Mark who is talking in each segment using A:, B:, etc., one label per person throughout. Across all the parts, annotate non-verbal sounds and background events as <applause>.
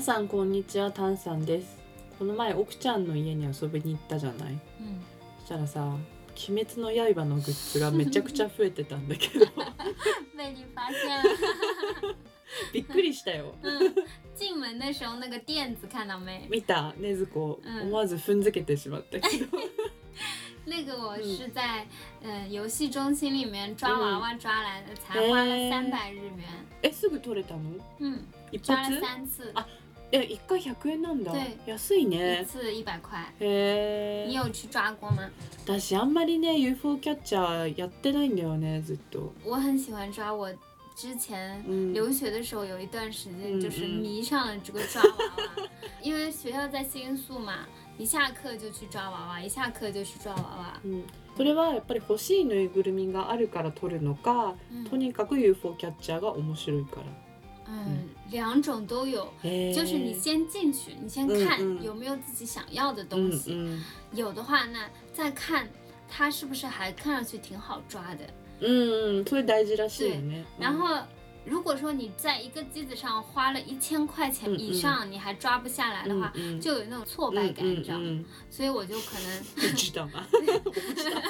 A: さんこんにちはタンさんですこの前奥ちゃんの家に遊びに行ったじゃない
B: うん
A: <laughs> そしたらさ「鬼滅の刃」のグッズがめちゃくちゃ増えてたんだ <laughs> けど
B: 被你发现了。
A: びっくりしたよ
B: 嗯，进门的时候那个垫子看到没？
A: 見た禰豆子
B: うん
A: 思わず踏んづけてしまったけど嗯
B: 那个我是在呃游戏中心里面抓娃娃抓来的，才花了
A: 哎
B: 三百日元。
A: <laughs> えすぐ取れたの
B: 嗯，
A: 一
B: 抓
A: 発
B: 了三次，
A: あえ一回100円なんだ
B: 对
A: 安い
B: 一
A: ね
B: 次一百块。
A: へ
B: 你
A: え
B: 有去抓过吗？
A: 私あんまりね UFO キャッチャーやってないんだよねずっと、
B: 我很喜欢抓，我之前
A: うん、
B: 留学的时候有一段时间
A: 嗯
B: 就是
A: 嗯
B: 迷上了这个抓娃
A: <laughs>
B: 娃，因为学校在新宿嘛，一下课就去抓娃娃，一下课就去抓娃娃。
A: うん、それはやっぱり欲しいぬいぐるみがあるから取るのか、
B: 嗯
A: とにかく UFO キャッチャーが面白いから。
B: 嗯，两种都有，
A: へー
B: 就是你先进去，你先
A: 嗯嗯嗯
B: 看有没有自己想要的东西，
A: うん
B: 有的话那再看它是不是还看上去挺好抓的。
A: うん、うんうん、それ大事らしいよね。
B: 然后，如果说你在一个机子上花了一千块钱以上，你还抓不下来的话，
A: 嗯嗯嗯嗯
B: 就有那种挫败感，
A: うん
B: 你知道
A: うん
B: 吗？
A: うん、
B: 所以我就可能， <laughs>
A: 不知 <laughs> 道吗？我不知道。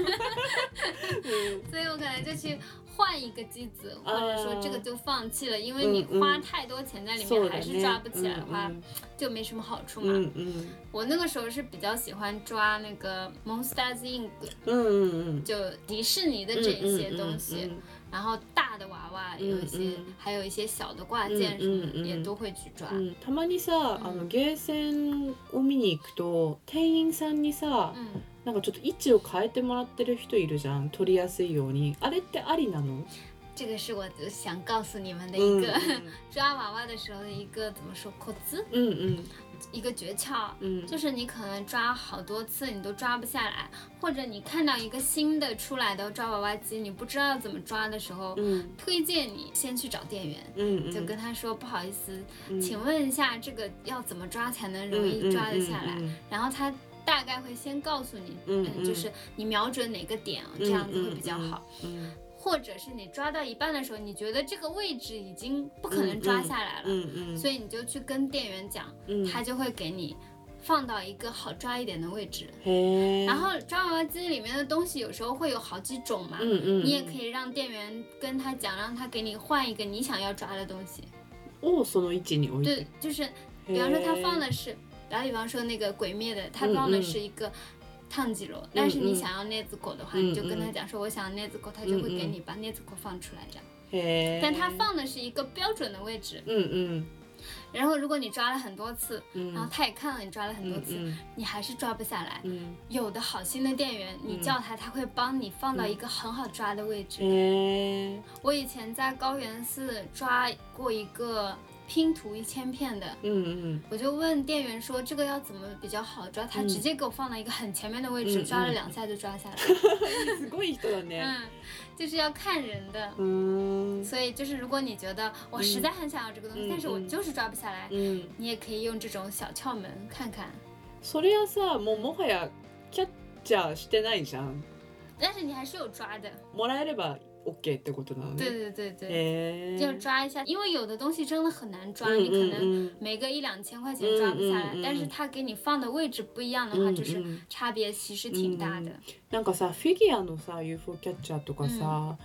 B: 所以我可能就去换一个机子，或者说这个就放弃了，因为你
A: 啊嗯嗯
B: 花太多钱在里
A: そう
B: 面
A: だ
B: 还
A: ね。
B: 是抓不起来的话，
A: 嗯
B: 就没什么好处嘛。
A: うんうん
B: 我那个时候是比较喜欢抓那个 Monsters Inc，
A: うんうんうん。
B: 就迪士尼的这
A: 嗯
B: 一些东西，
A: うんうんうん
B: 然后大的娃娃有一些，
A: 嗯嗯
B: 还有一些小的挂件什么的、
A: 嗯嗯嗯
B: 也都会去抓。
A: うんたまにさ、
B: うん
A: あのゲーセンを見に行くと店員さんにさ、
B: 嗯，
A: なんかちょっと位置を変えてもらってる人いるじゃん取りやすいようにあれってありなの
B: 这个是我想告诉你们的一个、
A: う
B: <laughs> 抓娃娃的时候的一个怎么说，口子
A: んうん
B: 一个诀窍。
A: うん <laughs> うん
B: 就是你可能抓好多次，你都抓不下来，或者你看到一个新的出来的抓娃娃机，你不知道怎么抓的时候，
A: うん
B: 推荐你先去找店员，
A: うん
B: 就跟他说不好意思，
A: うん
B: 请问一下这个要怎么抓才能
A: 嗯
B: 容易抓得下来？
A: うん
B: 然后他大概会先告诉你，
A: 嗯
B: 嗯，
A: 嗯
B: 就是你瞄准哪个点，啊
A: うん
B: 这样子会比较好。
A: うん
B: 或者是你抓到一半的时候，你觉得这个位置已经不
A: 嗯
B: 可能抓下来了，
A: うんうん
B: 所以你就去跟店员讲，
A: うん
B: 他就会给你放到一个好抓一点的位置。
A: へー
B: 然后抓娃娃机里面的东西有时候会有好几种嘛，
A: うんうん
B: 你也可以让店员跟他讲，让他给你换一个你想要抓的东西。
A: をその位置に置いて
B: 对，就是
A: へー
B: 比方说他放的是，打比方说那个《鬼灭》的，
A: 嗯
B: 他放的是一个烫几楼，但是你想要镊子狗的话，
A: 嗯
B: 你就跟他讲说我想要镊子狗，他就会给你把镊子狗放出来这样。
A: へー
B: 但他放的是一个标准的位置，
A: うんうん
B: 然后如果你抓了很多次，
A: うん
B: 然后他也看了你抓了很多
A: う
B: 次，
A: ん
B: 你还是抓不下来
A: う。ん
B: 有的好心的店员，
A: 嗯
B: 你叫他，他会帮你放到一个很好抓的位置。
A: へー
B: 我以前在高原寺抓过一个拼图一千片的，
A: うんうん
B: 我就问店员说这个要怎么比较好抓，他
A: 嗯
B: 直接给我放到一个很前面的位
A: 嗯
B: 置，
A: 嗯
B: 抓了两下就抓下来了。
A: すごい人だね
B: 嗯，就是要看人的。
A: うーん
B: 所以就是如果你觉得我实在很想要这个东西，
A: 嗯
B: 但是我就是抓不下来，
A: うん
B: 你也可以用这种小窍门看看。
A: それはさもうもはやキャッチャーしてないじゃん
B: 但是你还是有抓的。
A: もらえれば OK ってことなの
B: 对
A: ね
B: 对对对，
A: へー
B: 要抓一下，因为有的东西真的很难抓，
A: うん
B: 你可
A: う
B: 能
A: んうん
B: 没个一两千块钱抓不下来，
A: 嗯嗯嗯嗯
B: 但是他给你放的位置不一样的话，
A: 嗯
B: 就是
A: 嗯
B: 差别其实挺大的。
A: なんかさフィギュアのさ UFO キャッチャーとかさ、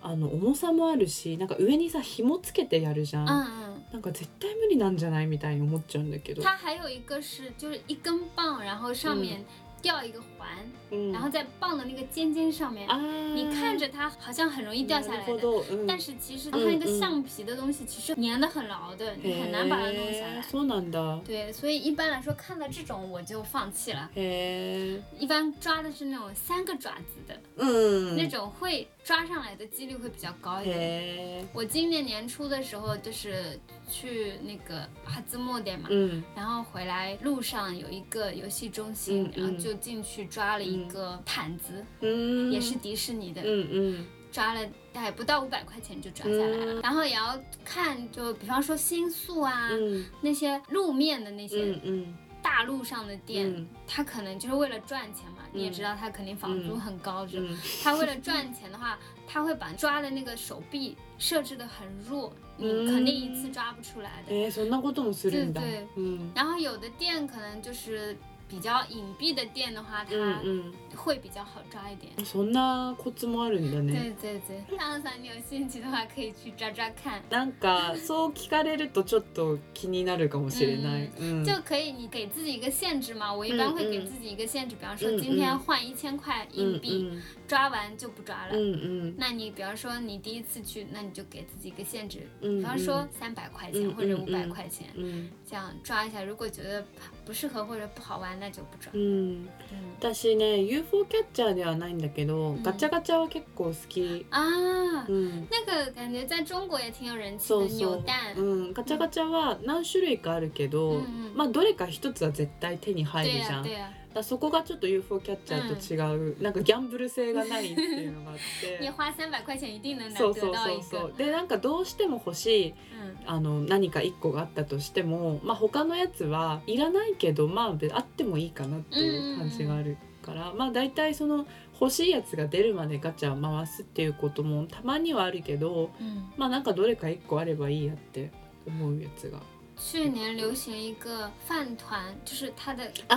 A: あの重さもあるしなんか上にさ紐つけてやるじゃ
B: 嗯
A: ん、
B: 嗯。
A: なんか絶対無理なんじゃないみたいに思っちゃうんだけど、
B: 它还有一个是就是一根棒，然后上面吊一个环，
A: うん、
B: 然后在棒的那个尖尖上面，
A: あー
B: 你看着它好像很容易掉下
A: な
B: 来
A: るほ
B: 的，
A: ど、うん、
B: 但是其实它那个橡皮的东西其实粘得很牢的，你很难把它弄下
A: へ
B: 来
A: ー。そうなんだ
B: 对，所以一般来说看到这种我就放弃了。
A: へえ
B: 一般抓的是那种三个爪子的、
A: うん
B: 那种，会抓上来的几率会比较高一点。
A: へえ
B: 我今年年初的时候就是去那个哈兹莫店嘛，
A: うん
B: 然后回来路上有一个游戏中心，
A: 嗯嗯嗯
B: 然后就进去抓了一个毯子，
A: うん
B: 也是迪士尼的，
A: うんうん
B: 抓了大概不到五百块钱就抓下来
A: 嗯
B: 了。然后也要看，就比方说新宿啊、
A: うん
B: 那些路面的那
A: うん
B: 些
A: うん
B: 大大陆上的店
A: 嗯，
B: 他、可能就是为了赚钱嘛，你也知道他肯定房租
A: 嗯
B: 很高，这
A: 嗯
B: 他为了赚钱的话，他会把抓的那个手臂设置的很弱，你
A: 嗯
B: 肯定一次抓不出来的。
A: えー、そんなこともするんだ。
B: 对对
A: うん。
B: 然后有的店可能就是比较隐蔽的店的话，
A: うん
B: 它会比较好抓一点。
A: うん。そんなコツもあるんだね。
B: 对对对，上上你有兴趣的话可以去抓抓看，
A: なんかそう聞かれるとちょっと気になるかもしれない。うん。
B: 就可以你给自己一个限制嘛。我一般
A: 嗯
B: 会给
A: 嗯
B: 自己一个限制，比方说
A: 嗯
B: 今天
A: 嗯嗯
B: 换一千块
A: うん
B: 硬币，抓完就不抓
A: う
B: 了。
A: んうん
B: 那你比方说你第一次去，那你就给自己一个限制，
A: うん。
B: 比
A: 比
B: 方说三百块钱
A: 嗯
B: 或者五
A: 嗯
B: 百
A: 嗯
B: 块钱。
A: うん。
B: 这样抓一下，如果觉得不适合或者不好玩，那就不抓
A: う。ん、
B: 嗯
A: 私ね UFO キャッチャーではないんだけど、
B: ん
A: ガチャガチャは結構好き、
B: 啊
A: う，ん
B: 那个感觉在中国也挺有人气的
A: そう
B: 扭
A: そう
B: 蛋，、
A: うん、ガチャガチャは何種類かあるけど、
B: 嗯嗯，
A: まあどれか一つは絶対手に入
B: 对
A: るじ
B: 呀、
A: ゃん、
B: 对呀、
A: だからそこがちょっと UFO キャッチャーと違う、なんかギャンブル性がないっていうのがあっ
B: 你
A: て
B: 花三百块钱一定能拿
A: そう
B: 得
A: そう
B: 到
A: そ
B: 一
A: うそう
B: 个，
A: でなんかどうしても欲しい
B: 嗯
A: あの何か1個があったとしても、まあ、他のやつはいらないけど、まあべ、あってもいいかなっていう感じがあるから、まあ大体その欲しいやつが出るまでガチャを回すっていうこともたまにはあるけど
B: 嗯。
A: まあなんかどれか1個あればいいやって思うやつが。
B: 去年流行一个饭团，就是它的那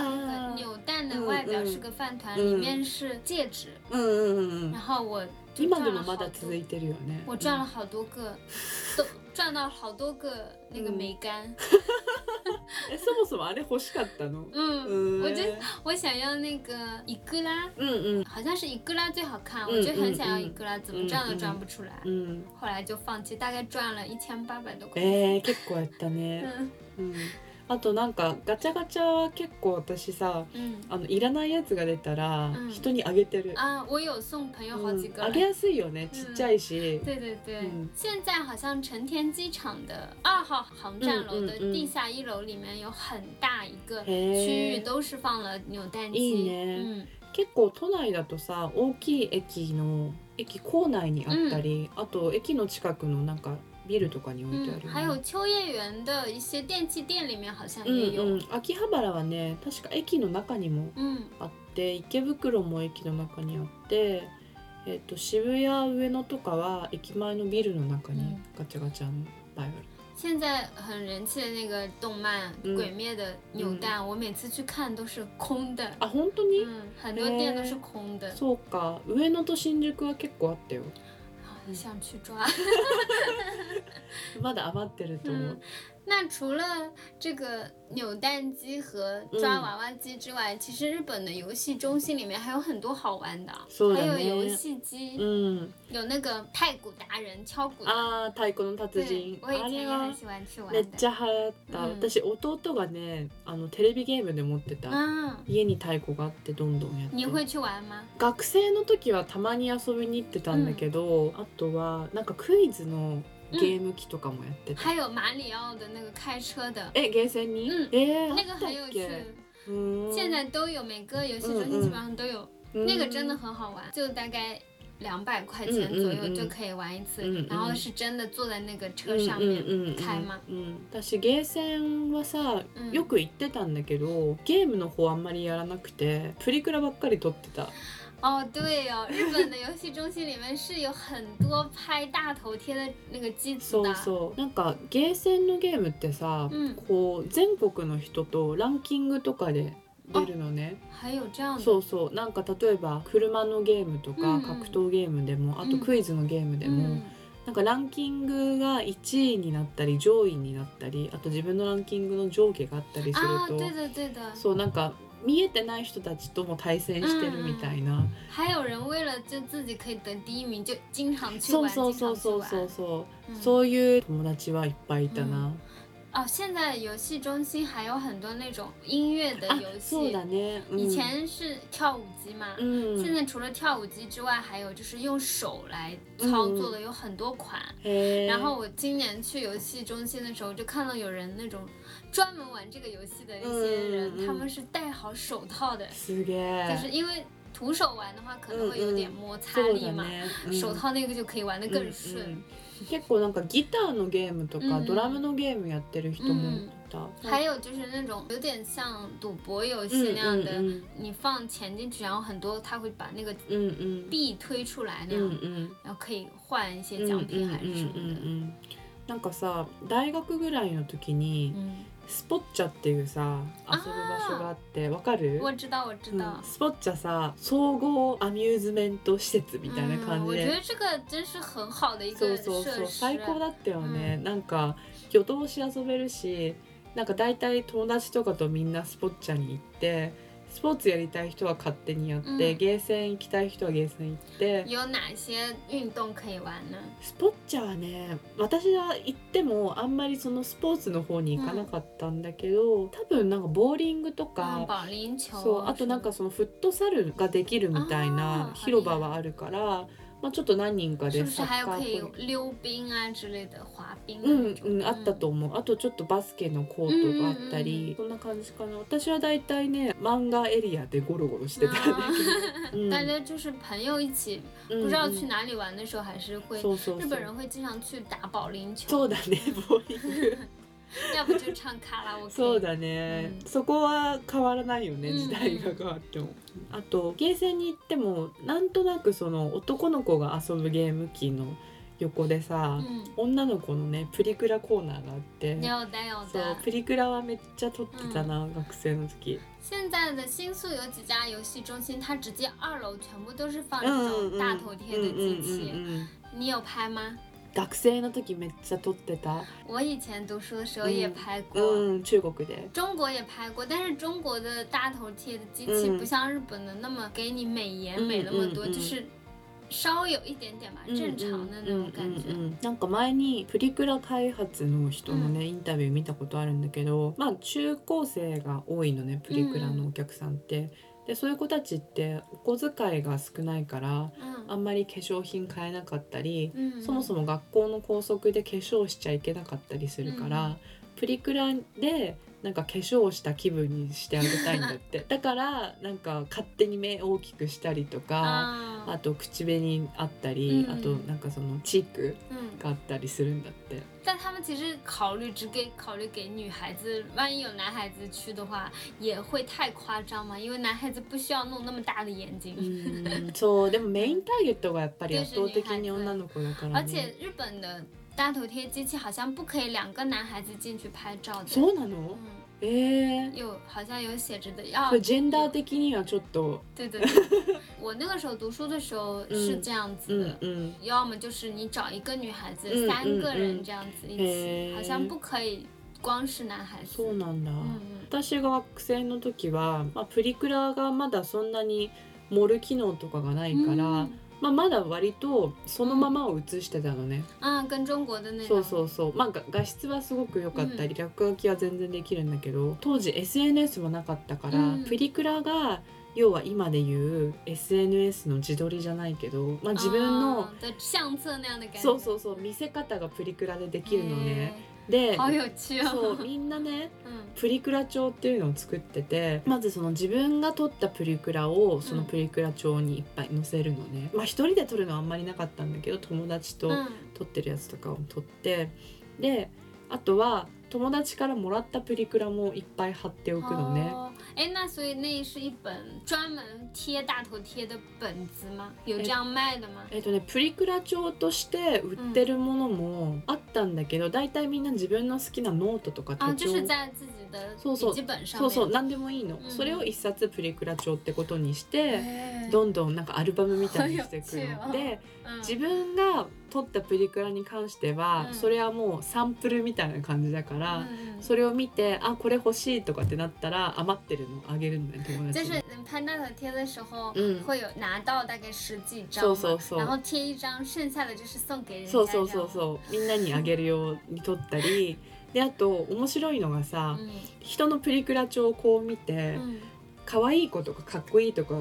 B: 个
A: あー
B: 扭蛋的
A: 嗯
B: 外表
A: 嗯
B: 是个饭团，
A: 嗯
B: 里面是戒指，
A: うんうんうんう
B: 然
A: ん、
B: 后我就
A: 今
B: 赚
A: で
B: 了
A: も
B: 好
A: まだ
B: 多，
A: 続いてるよね。
B: 我赚了好多个，都赚到好多个那个梅干，
A: えそもそもあれ欲しかったの、
B: 嗯
A: うん
B: 我觉得我想要那个伊格拉，
A: うんうん
B: 好像是伊格拉最好看，
A: 嗯
B: 我就很想要伊格拉，怎么转都
A: 嗯嗯
B: 转不出来，
A: うん、
B: 后来就放弃，大概赚了一千八百多块钱。
A: えー、結構やったね。
B: 嗯
A: うん、あとなんかガチャガチャは結構私さ
B: 嗯
A: あのいらないやつが出たら
B: うん
A: 人にあげてる、
B: 啊，我有送朋友好
A: う
B: 几
A: ん
B: 个。
A: あげやすいよねちっちゃいし、
B: 对对对，
A: 啊嗯
B: 现在好像成田机场的二号航站楼的
A: 嗯哎嗯嗯
B: 地下一楼里面有很大一个区域
A: へー
B: 都是放了扭蛋
A: い
B: 机。
A: いね
B: 嗯
A: 結構都内だとさ大きい駅の駅構内にあったり、あと駅の近くのなんかビルとかに置いてある
B: 嗯，
A: よね、
B: 还有秋叶原的一些电器店里面好像
A: うん
B: 也有。
A: うん、秋葉原はね確か駅の中にも
B: 嗯
A: あって池袋も駅の中にあって、えっと渋谷上野とかは駅前のビルの中
B: う
A: に
B: ん
A: ガチャガチャのいっぱいある。
B: 现在很人气的那个动漫《
A: 嗯
B: 鬼灭》的扭蛋，我每次去看都是空的，
A: あ本当に、
B: 嗯，很多店都是空的，
A: そうか上野と新宿は結構あったよ
B: 啊很想去抓。 <laughs>
A: まだ余ってると思う、
B: 那除了这个扭蛋机和抓娃娃机之外，其实日本的游戏中心里面还有很多好玩的，嗯
A: そう
B: 还
A: だ
B: 有
A: ね
B: 游戏机，
A: うん、
B: 有那个太鼓达人敲鼓的，
A: あー太鼓の達
B: 对
A: 人，
B: 我
A: あ
B: 以前也
A: れ
B: 很
A: は
B: 喜欢去玩
A: めっち
B: 的。
A: ゃ流行った、
B: うん
A: 私弟がねあのテレビゲームで持ってた、
B: 嗯，
A: 家に太鼓があってどんどんやって
B: 你会去玩吗？
A: 学生の時はたまに遊びに行ってたんだけど、あとはなんかクイズのゲーム機とかもやってた、
B: 还有马里奥的那个开车的，
A: えゲーセンに、
B: うん
A: えー、
B: 哎那
A: あ
B: 个嗯
A: ったっ
B: 很有趣。
A: けうーん
B: 现在都有，每个游戏中心基本上都有，
A: うん
B: 那个真的很好玩，就大概两百块钱左右
A: 嗯嗯嗯嗯
B: 就可以玩一次，
A: 嗯嗯嗯
B: 然后是真的坐在那个车上面，
A: うんうんうん
B: 開幕
A: うん私ゲーセンはさ
B: 嗯
A: よく行ってたんだけどゲームの方あんまりやらなくてプリクラばっかり撮ってた
B: 哦对哦，日本的游戏中心里面是有很多拍大头贴的那个机子
A: そ
B: 的
A: う，そうなんかゲーセンのゲームってさ、
B: うん
A: こう全国の人とランキングとかで出るのね
B: 还有这样的，嗯
A: そうそうなんか例えば車のゲーム
B: う
A: と
B: んう
A: か
B: ん
A: 格闘ゲームでもあ
B: う
A: と
B: ん
A: クイズのゲームでも、
B: 嗯，
A: なんかランキングが1位になったり上位になったりあと自分のランキングの上下があったりする
B: 啊
A: と。
B: 对的对的，
A: そうなんか見えてない人たちとも対戦してるみたいな、
B: 还有人为了就自己可以得第一名，就经常去
A: そう
B: 玩，
A: そ
B: 经
A: うそう
B: 常去
A: そうそう
B: 玩，
A: そう、
B: 嗯
A: そういう友達はいっぱいいたな、
B: 哦现在游戏中心还有很多那种音乐的
A: あ
B: 游
A: そう
B: 戏
A: だ。ね、うん
B: 以前是跳舞机嘛，
A: うん
B: 现在除了跳舞机之外，还有就是用手来
A: 嗯
B: 操作的有很多款。
A: へー
B: 然后我今年去游戏中心的时候，就看到有人那种专门玩这个游戏的那些人，
A: 嗯嗯嗯哎
B: 他们是戴好手套的，
A: すげえ
B: 就是因为徒手玩的话
A: 嗯
B: 可能会有点摩擦
A: そう
B: 力
A: だ
B: 嘛，
A: ね、うん
B: 手套那个就可以玩得更
A: うんう
B: 顺。
A: ん結構なんかギターのゲームと
B: うん
A: か
B: うん
A: ドラムのゲームやってる人
B: う
A: も
B: ん
A: 到。
B: 嗯还有就是那种有点像赌博游戏那样的，
A: 嗯
B: 你放钱进去，然后很多他会把那个
A: 嗯嗯
B: 币推出来那样，
A: うんうん
B: 然后可以换一
A: 嗯
B: 些奖品还是什么的。
A: うんうんうんうんなんかさ大学ぐらいの時に
B: 嗯
A: スポッチャっていうさ遊ぶ場所があってわかる
B: 我知道，我知道嗯
A: うん。スポッチャさ総合アミューズメント施設みたいな感
B: 嗯，
A: じ
B: 我觉
A: で、
B: 得这个真是很好的一
A: そ
B: 个
A: う
B: 设施。
A: そうそう
B: 哎
A: 最高だったよね、なんか夜通し遊べるしなんか大体友達とかとみんなスポッチャに行ってスポーツやりたい人は勝手にやって、
B: うん
A: ゲーセン行きたい人はゲーセン行って
B: 有哪些运动可以玩呢？
A: スポッチャはね私が行ってもあんまりそのスポーツの方に行かなかったんだけど、多分なんかボーリングと
B: 嗯，
A: か、
B: 保龄球。
A: そうあとなんかそのフットサルができるみたいな
B: あー
A: 広場はあるから、まあ、ちょっと何人か
B: 是
A: で
B: 不是
A: サ
B: 还
A: ッ
B: 有
A: カ
B: 可以
A: ーコート
B: 溜冰啊之类的，滑冰、啊
A: う
B: 那
A: ん
B: 种？
A: うん、あったと思う、あとちょっとバスケのコートがあったり、そんな感じかな私はだいたいね漫画エリアでゴロゴ
B: <laughs>
A: ロしてたんだけど、うん
B: 啊大家就是朋友一起，
A: うん
B: 不知道去哪里玩的时候，还是会、
A: そうそう
B: 日
A: そ
B: 本
A: う
B: 人会经常去打保龄
A: そ
B: 球
A: う，だねボーリング
B: 要不就唱卡拉 OK。
A: そうだね、
B: うん
A: そこは変わらないよね
B: うん
A: 時代が変わっても、あとゲーセンに行ってもなんとなくその男の子が遊ぶゲーム機の横でさ、
B: 嗯，
A: 女の子のねプリクラコーナーがあって
B: 有的有
A: そ
B: 的
A: う。プリクラはめっちゃ撮ってたな、学生の時
B: 现在的新宿有几家游戏中心，它直接二楼全部都是放
A: う
B: 这
A: んうんうん
B: 种大头贴的机器，
A: うんうんうんうん
B: 你有拍吗？
A: 学生の時めっちゃ撮ってた
B: 我以前读书的时候也拍过。
A: うん中国で
B: 中国也拍过，但是中国的大头贴的机器
A: 嗯
B: 不像日本的那么给你美颜
A: 嗯
B: 美那么多，
A: 嗯嗯
B: 就是稍有一点点吧，正常的那种感觉
A: うん。うんうんなんか前にプリクラ開発の人のね、インタビュー見たことあるんだけどまあ中高生が多いのねプリクラのお客さんって。でそういう子たちってお小遣いが少ないからあ
B: 嗯
A: んまり化粧品買えなかったり、
B: 嗯，
A: そもそも学校の校則で化粧しちゃいけなかったりするから、
B: うん
A: プリクラでなんか化粧をした気分にしてあげたいんだって <laughs> だからなんか勝手に目大きくしたりとか。あ
B: 啊，
A: と口紅あったり、
B: うん
A: あとなんかそのチーク
B: 嗯，
A: があったりするんだって
B: 但他们其实考虑只给考虑给女孩子，万一有男孩子去的话，也会太夸张嘛，因为男孩子不需要弄那么大的眼睛。
A: 嗯うん <laughs> そうでもメインターゲットがやっぱり圧倒的に女の子だから、
B: 而
A: ね
B: 且、日本的大头贴机器好像不可以两个男孩子进去拍照的，
A: そうなの
B: 嗯，
A: えー、
B: 有好像有写着的要
A: これジェンダー的にはちょっと
B: 对对对，我那个时候读书的时候是这样
A: う
B: 子
A: ん
B: 的，
A: うん
B: 要么就是你找一个女孩子，
A: 嗯
B: 三个人这样子一起，
A: 嗯嗯
B: 好像不可以光是男孩子。
A: そうなんだ、
B: 嗯嗯
A: 私が学生の時は、まあ、プリクラがまだそんなに盛る機能とかがないから、
B: 嗯
A: まあ、まだ割とそのままを映してたのね、
B: 啊，跟中国的那
A: そう
B: 种，
A: そうそうまあが画質はすごく良かったり、落書きは全然できるんだけど当時 SNS もなかったから、
B: うん
A: プリクラが要は今で言う SNS の自撮りじゃないけど、まあ、自分の
B: 啊的相册那样的感觉。
A: そうそうそう見せ方がプリクラでできるのね。
B: 哎
A: で
B: 好有趣
A: そ
B: 哦。
A: うみんなね
B: 嗯
A: プリクラ帳っていうのを作っててまずその自分が撮ったプリクラをそのプリクラ帳にいっぱい載せるのね。まあ一人で撮るのはあんまりなかったんだけど友達と。
B: 嗯
A: 撮ってるやつとかを撮ってであとは友達からもらったプリクラもいっぱい貼っておくのね。
B: 哦，哎，那所以那是一本专门贴大头贴的本子吗？有这样卖的吗？
A: えっとね、プリクラ帳として売ってるものもあったんだけど、大体みんな自分の好きなノートとか
B: 啊，就
A: 手帳、
B: 是在自己的
A: そうそう
B: 笔记本上
A: そ
B: 面。
A: うそう何でもいいの、
B: うん
A: それを一冊プリクラ帳ってことにして、
B: 哎
A: どんどんなんかアルバムみたいにしていく
B: そうよ
A: ので
B: 嗯
A: 自分が撮ったプリクラに関しては、
B: うん
A: それはもうサンプルみたいな感じだから、
B: 嗯嗯
A: それを見てあこれ欲しいとかってなったら余ってるのあげるんだよ友
B: 就
A: 達
B: 是
A: に。
B: 嗯拍大头贴的时候，
A: 嗯
B: 会有拿到大概十几张嘛，
A: 搜搜搜
B: 然后贴一张，剩下的就是送给人家。
A: そうそうそうそうみんなにあげるように撮ったりであと面白いのが
B: 这样。
A: さ
B: 嗯
A: 人のプリクラ帳をこう見て
B: 嗯，
A: 可愛い子とかかっこいいとかい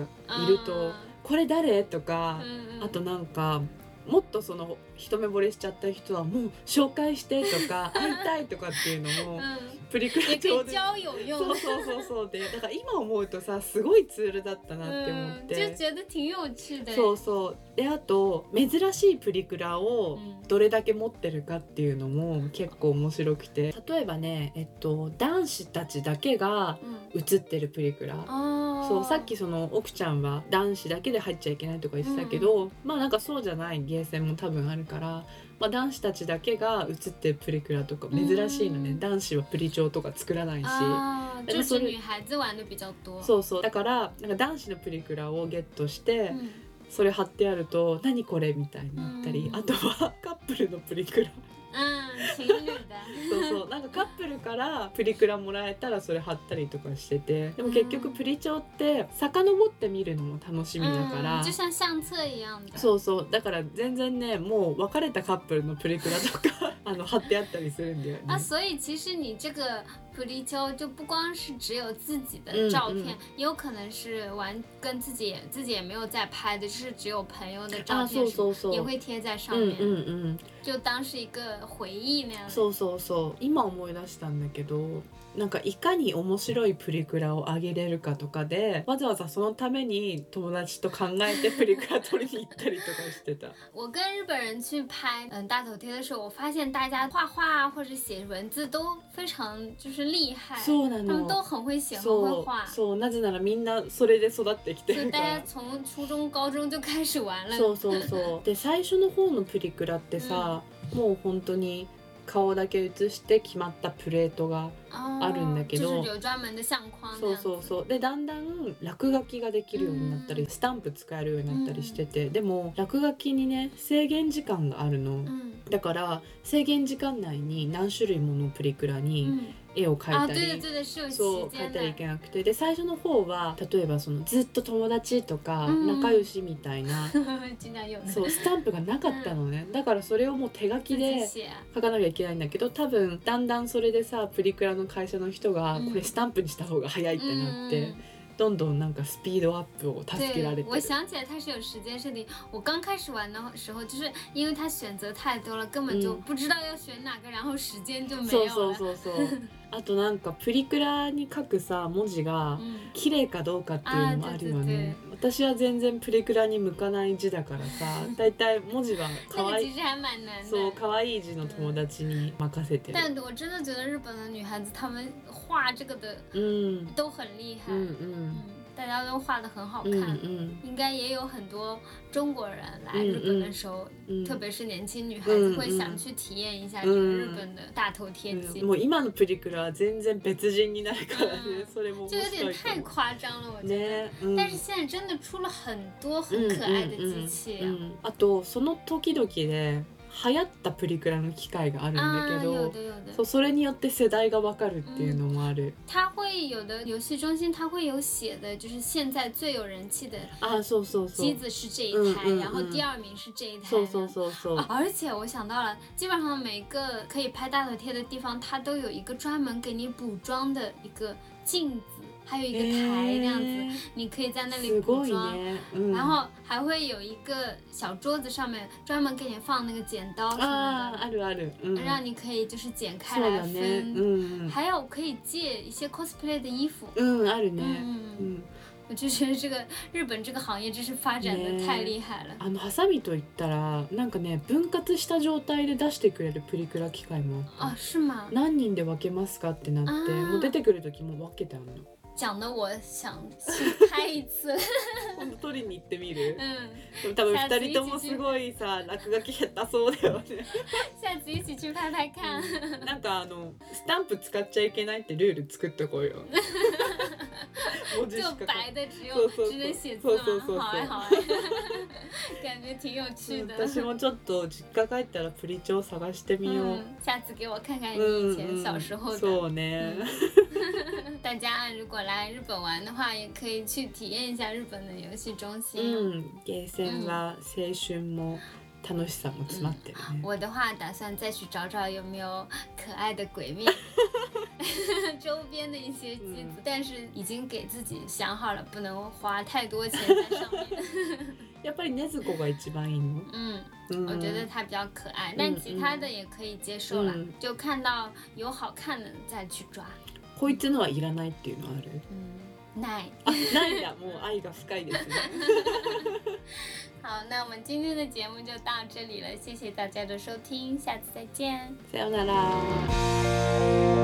A: ると
B: 啊
A: これ誰とか
B: 嗯嗯，
A: あとなんかもっとその <laughs> 一目惚れしちゃった人はもう紹介してとか会いたいとかっていうのも
B: 嗯
A: プリクラ <laughs>
B: 也可
A: 帳
B: 以
A: で
B: 交友用
A: そう。そうそうそうでだから今思うとさすごいツールだったなって思
B: 嗯
A: っ，
B: 就
A: て、
B: 觉得挺有趣的。
A: そうそうであと珍しいプリクラを
B: 嗯
A: どれだけ持ってるかっていうのも結構面白くて例えばねえっと男子たちだけが
B: 嗯
A: 写ってるプリクラ
B: 哦，
A: そうさっきその奥ちゃんは男子だけで入っちゃいけないとか言ってたけど、まあなんかそうじゃないゲーセンも多分あるから、まあ、男子たちだけが写ってるプリクラとか珍しいのね、
B: うん
A: 男子はプリ帳とか作らないし。
B: 啊，
A: 那
B: 就
A: 所
B: 是
A: 以
B: 女孩子玩的比较多。
A: そうそうだからなんか男子のプリクラをゲットして、
B: 嗯，
A: それ貼ってあると「何これ?」みたいになったり、
B: うん
A: あとはカップルのプリクラ
B: 嗯，情侣
A: <laughs>
B: 的。
A: そうそうなんかカップルからプリクラもらえたらそれ貼ったりとかしててでも結局
B: うん
A: プリ帳って遡って見るのも楽しみだから。
B: 嗯，就像相册一样的。
A: そうそうだから全然ねもう別れたカップルのプリクラと <laughs> かあの貼ってあったりするんだよね。
B: 啊，所以其实你这个普利丘就不光是只有自己
A: 嗯
B: 的照片，
A: 嗯
B: 也有可能是玩跟自己也自己也没有在拍的，就是只有朋友的照
A: あ啊
B: 片什
A: そう
B: 么
A: そうそう。嗯
B: 也会贴在上
A: うん
B: 面，
A: うんうん。
B: 就当是一个回忆那样的。
A: そうそうそう今思い出したんだけどなんかいかに面白いプリクラをあげれるかとかでわざわざそのために友達と考えてプリクラ取りに行ったりとかしてた
B: 我跟日本人去拍嗯大头贴的时候，我发现大家画画或者写文字都非常就是厉害，
A: そうな
B: 他们都
A: の
B: 很会写，很会
A: そ
B: 画
A: う。そうなぜならみんなそれで育ってきて
B: 就大
A: るか
B: 家
A: ら。
B: 从初中、高中就开始玩了，
A: そうそうそう <laughs> で最初の方のプリクラってさ、もう本当に顔だけ写して決まったプレートが
B: 哦
A: あるんだけ
B: 就
A: ど
B: 是有专门的相框那
A: そう
B: 样子。
A: そうそうでだんだん落書きができるようになったり、
B: うん
A: スタンプ使えるようになったりしてて、でも落書きにね制限時間があるの、
B: 嗯
A: だから制限時間内に何種類ものプリクラに
B: 嗯。
A: 絵を描
B: 啊，
A: いた
B: 对的
A: り、
B: 对的，是有
A: そ
B: 期
A: う
B: 间
A: 描いたらい
B: 的。
A: けなくてで最初の方は例えばそのずっと友達とか
B: うん
A: 仲良しみたいな、
B: <laughs> 经常有的。
A: そうスタンプがなかったのね、だからそれをもう手書き
B: 自己
A: で
B: 写。啊
A: 書かなきゃいけないんだけど多分だんだんそれでさプリクラの会社の人が、
B: うん
A: これスタンプにした方が早いってなって。
B: 嗯，
A: どんどんなんかスピードアップを助けら
B: 对，
A: れて
B: 我
A: る
B: 想起来它是有时间设定。我刚开始玩的时候，就是因为它选择太多了，根本就
A: 嗯
B: 不知道要选哪个，然后时间就没
A: そう
B: 有
A: そう
B: 了。
A: そう <laughs> そうあとなんかプリクラに書くさ文字が
B: 嗯，
A: 綺麗かどうかっていうのもあるよ
B: あー
A: ね私は全然プリクラに向かない字だからさだいたい文字は
B: 那
A: 可
B: 个
A: 愛
B: 其
A: い
B: 实还蛮难
A: そう
B: 的。
A: 可愛い字の友達に任せてる
B: 但我真的觉得日本的女孩子她们画这个的
A: うん
B: 都很厉害
A: うんう，ん
B: 嗯，大家都画的很好
A: うんう
B: 看。
A: ん
B: 应该也有很多中国人来
A: 嗯
B: 日本的
A: 嗯
B: 时候，
A: うん
B: 特别是年轻女孩子
A: 嗯嗯
B: 会想去体验一下这个日本的大头贴
A: うん
B: 机，
A: もう今のプリクラは全然别人になるから
B: うん
A: ねそれも面
B: 就有
A: 白
B: 点太
A: いかも
B: 夸张了，我觉得。
A: ねうん
B: 但是现在真的出了很多很可爱的机器
A: うんうんうんうんあとその時々で流行ったプリクラの機械があるんだ
B: 啊，
A: けど、
B: 有的有
A: そ
B: 的，
A: うそれによって世代がわかるっていうのもある、
B: 它会有的游戏中心它会有写的，就是现在最有人气的
A: あそうそうそう
B: 机子是这一台，
A: 嗯嗯
B: 然后
A: 嗯
B: 第二名是这一台，
A: そうそうそうそう、
B: 啊而且我想到了，基本上每个可以拍大头贴的地方，它都有一个专门给你补妆的一个镜子，还有一个台那样子，
A: へー
B: 你可以在那里
A: すご
B: 补
A: い
B: 妆。
A: ね、うん、
B: 然后还会有一个小桌子，上面专门给你放那个剪刀什
A: あ
B: 么
A: ーあるある、うん、
B: 的，让你可以就是剪开
A: そう
B: 来
A: だねう
B: 分。
A: ん
B: 还有可以借一些 cosplay 的衣服。
A: うんあるね、うん
B: 嗯，我就觉得这个日本这个行业真是发展的
A: ね
B: 太厉害了。
A: あのハサミといったらなんかね分割した状態で出してくれるプリクラ機械もあっ
B: 啊，是吗
A: た？何人で分けますかってなって
B: あー
A: もう出てくる時も分けてあるの
B: 讲的我想去拍一次了。
A: 今度取りに行ってみる
B: 嗯，
A: でも多分二人ともすごいさ落書き下手そうだよね
B: 下次一起去拍拍看。 <laughs>
A: なんかあのスタンプ使っちゃいけないってルール作っとこうよ文字し
B: 就
A: か書か
B: 白的只有
A: そうそうそう
B: 只能写字
A: そうそうそうそう
B: 吗？好哎好哎，感觉挺有趣的。
A: 私もちょっと実家帰ったらプリ帳探してみよう、
B: 嗯，下次给我看看
A: うん
B: 你以前
A: 嗯
B: 小时候的。
A: そうね、
B: <laughs> 大家如果来日本玩的话，也可以去体验一下日本的游戏中
A: う
B: 心。啊
A: ん、ゲーセンは青春も楽しさも嗯詰まってるね、 <laughs>
B: 我的话，打算再去找找有没有可爱的鬼灭。 <laughs> 周边的一些机
A: 嗯
B: 子，但是已经给自己想好了，不能花太多钱在上
A: <laughs>
B: 面。
A: やっぱりねずこが一番いいの。
B: 嗯，
A: うん
B: 我觉得它比较可爱，
A: 嗯
B: 但其他的也可以接受了，
A: 嗯
B: 就看到有好看的再去抓。
A: こういつのはいらないっていうのある。 <laughs>
B: 嗯，奈。
A: あ、ないんだ。もう愛が深いですね。
B: 好，那我们今天的节目就到这里了，谢谢大家的收听，下次再见。
A: さようなら。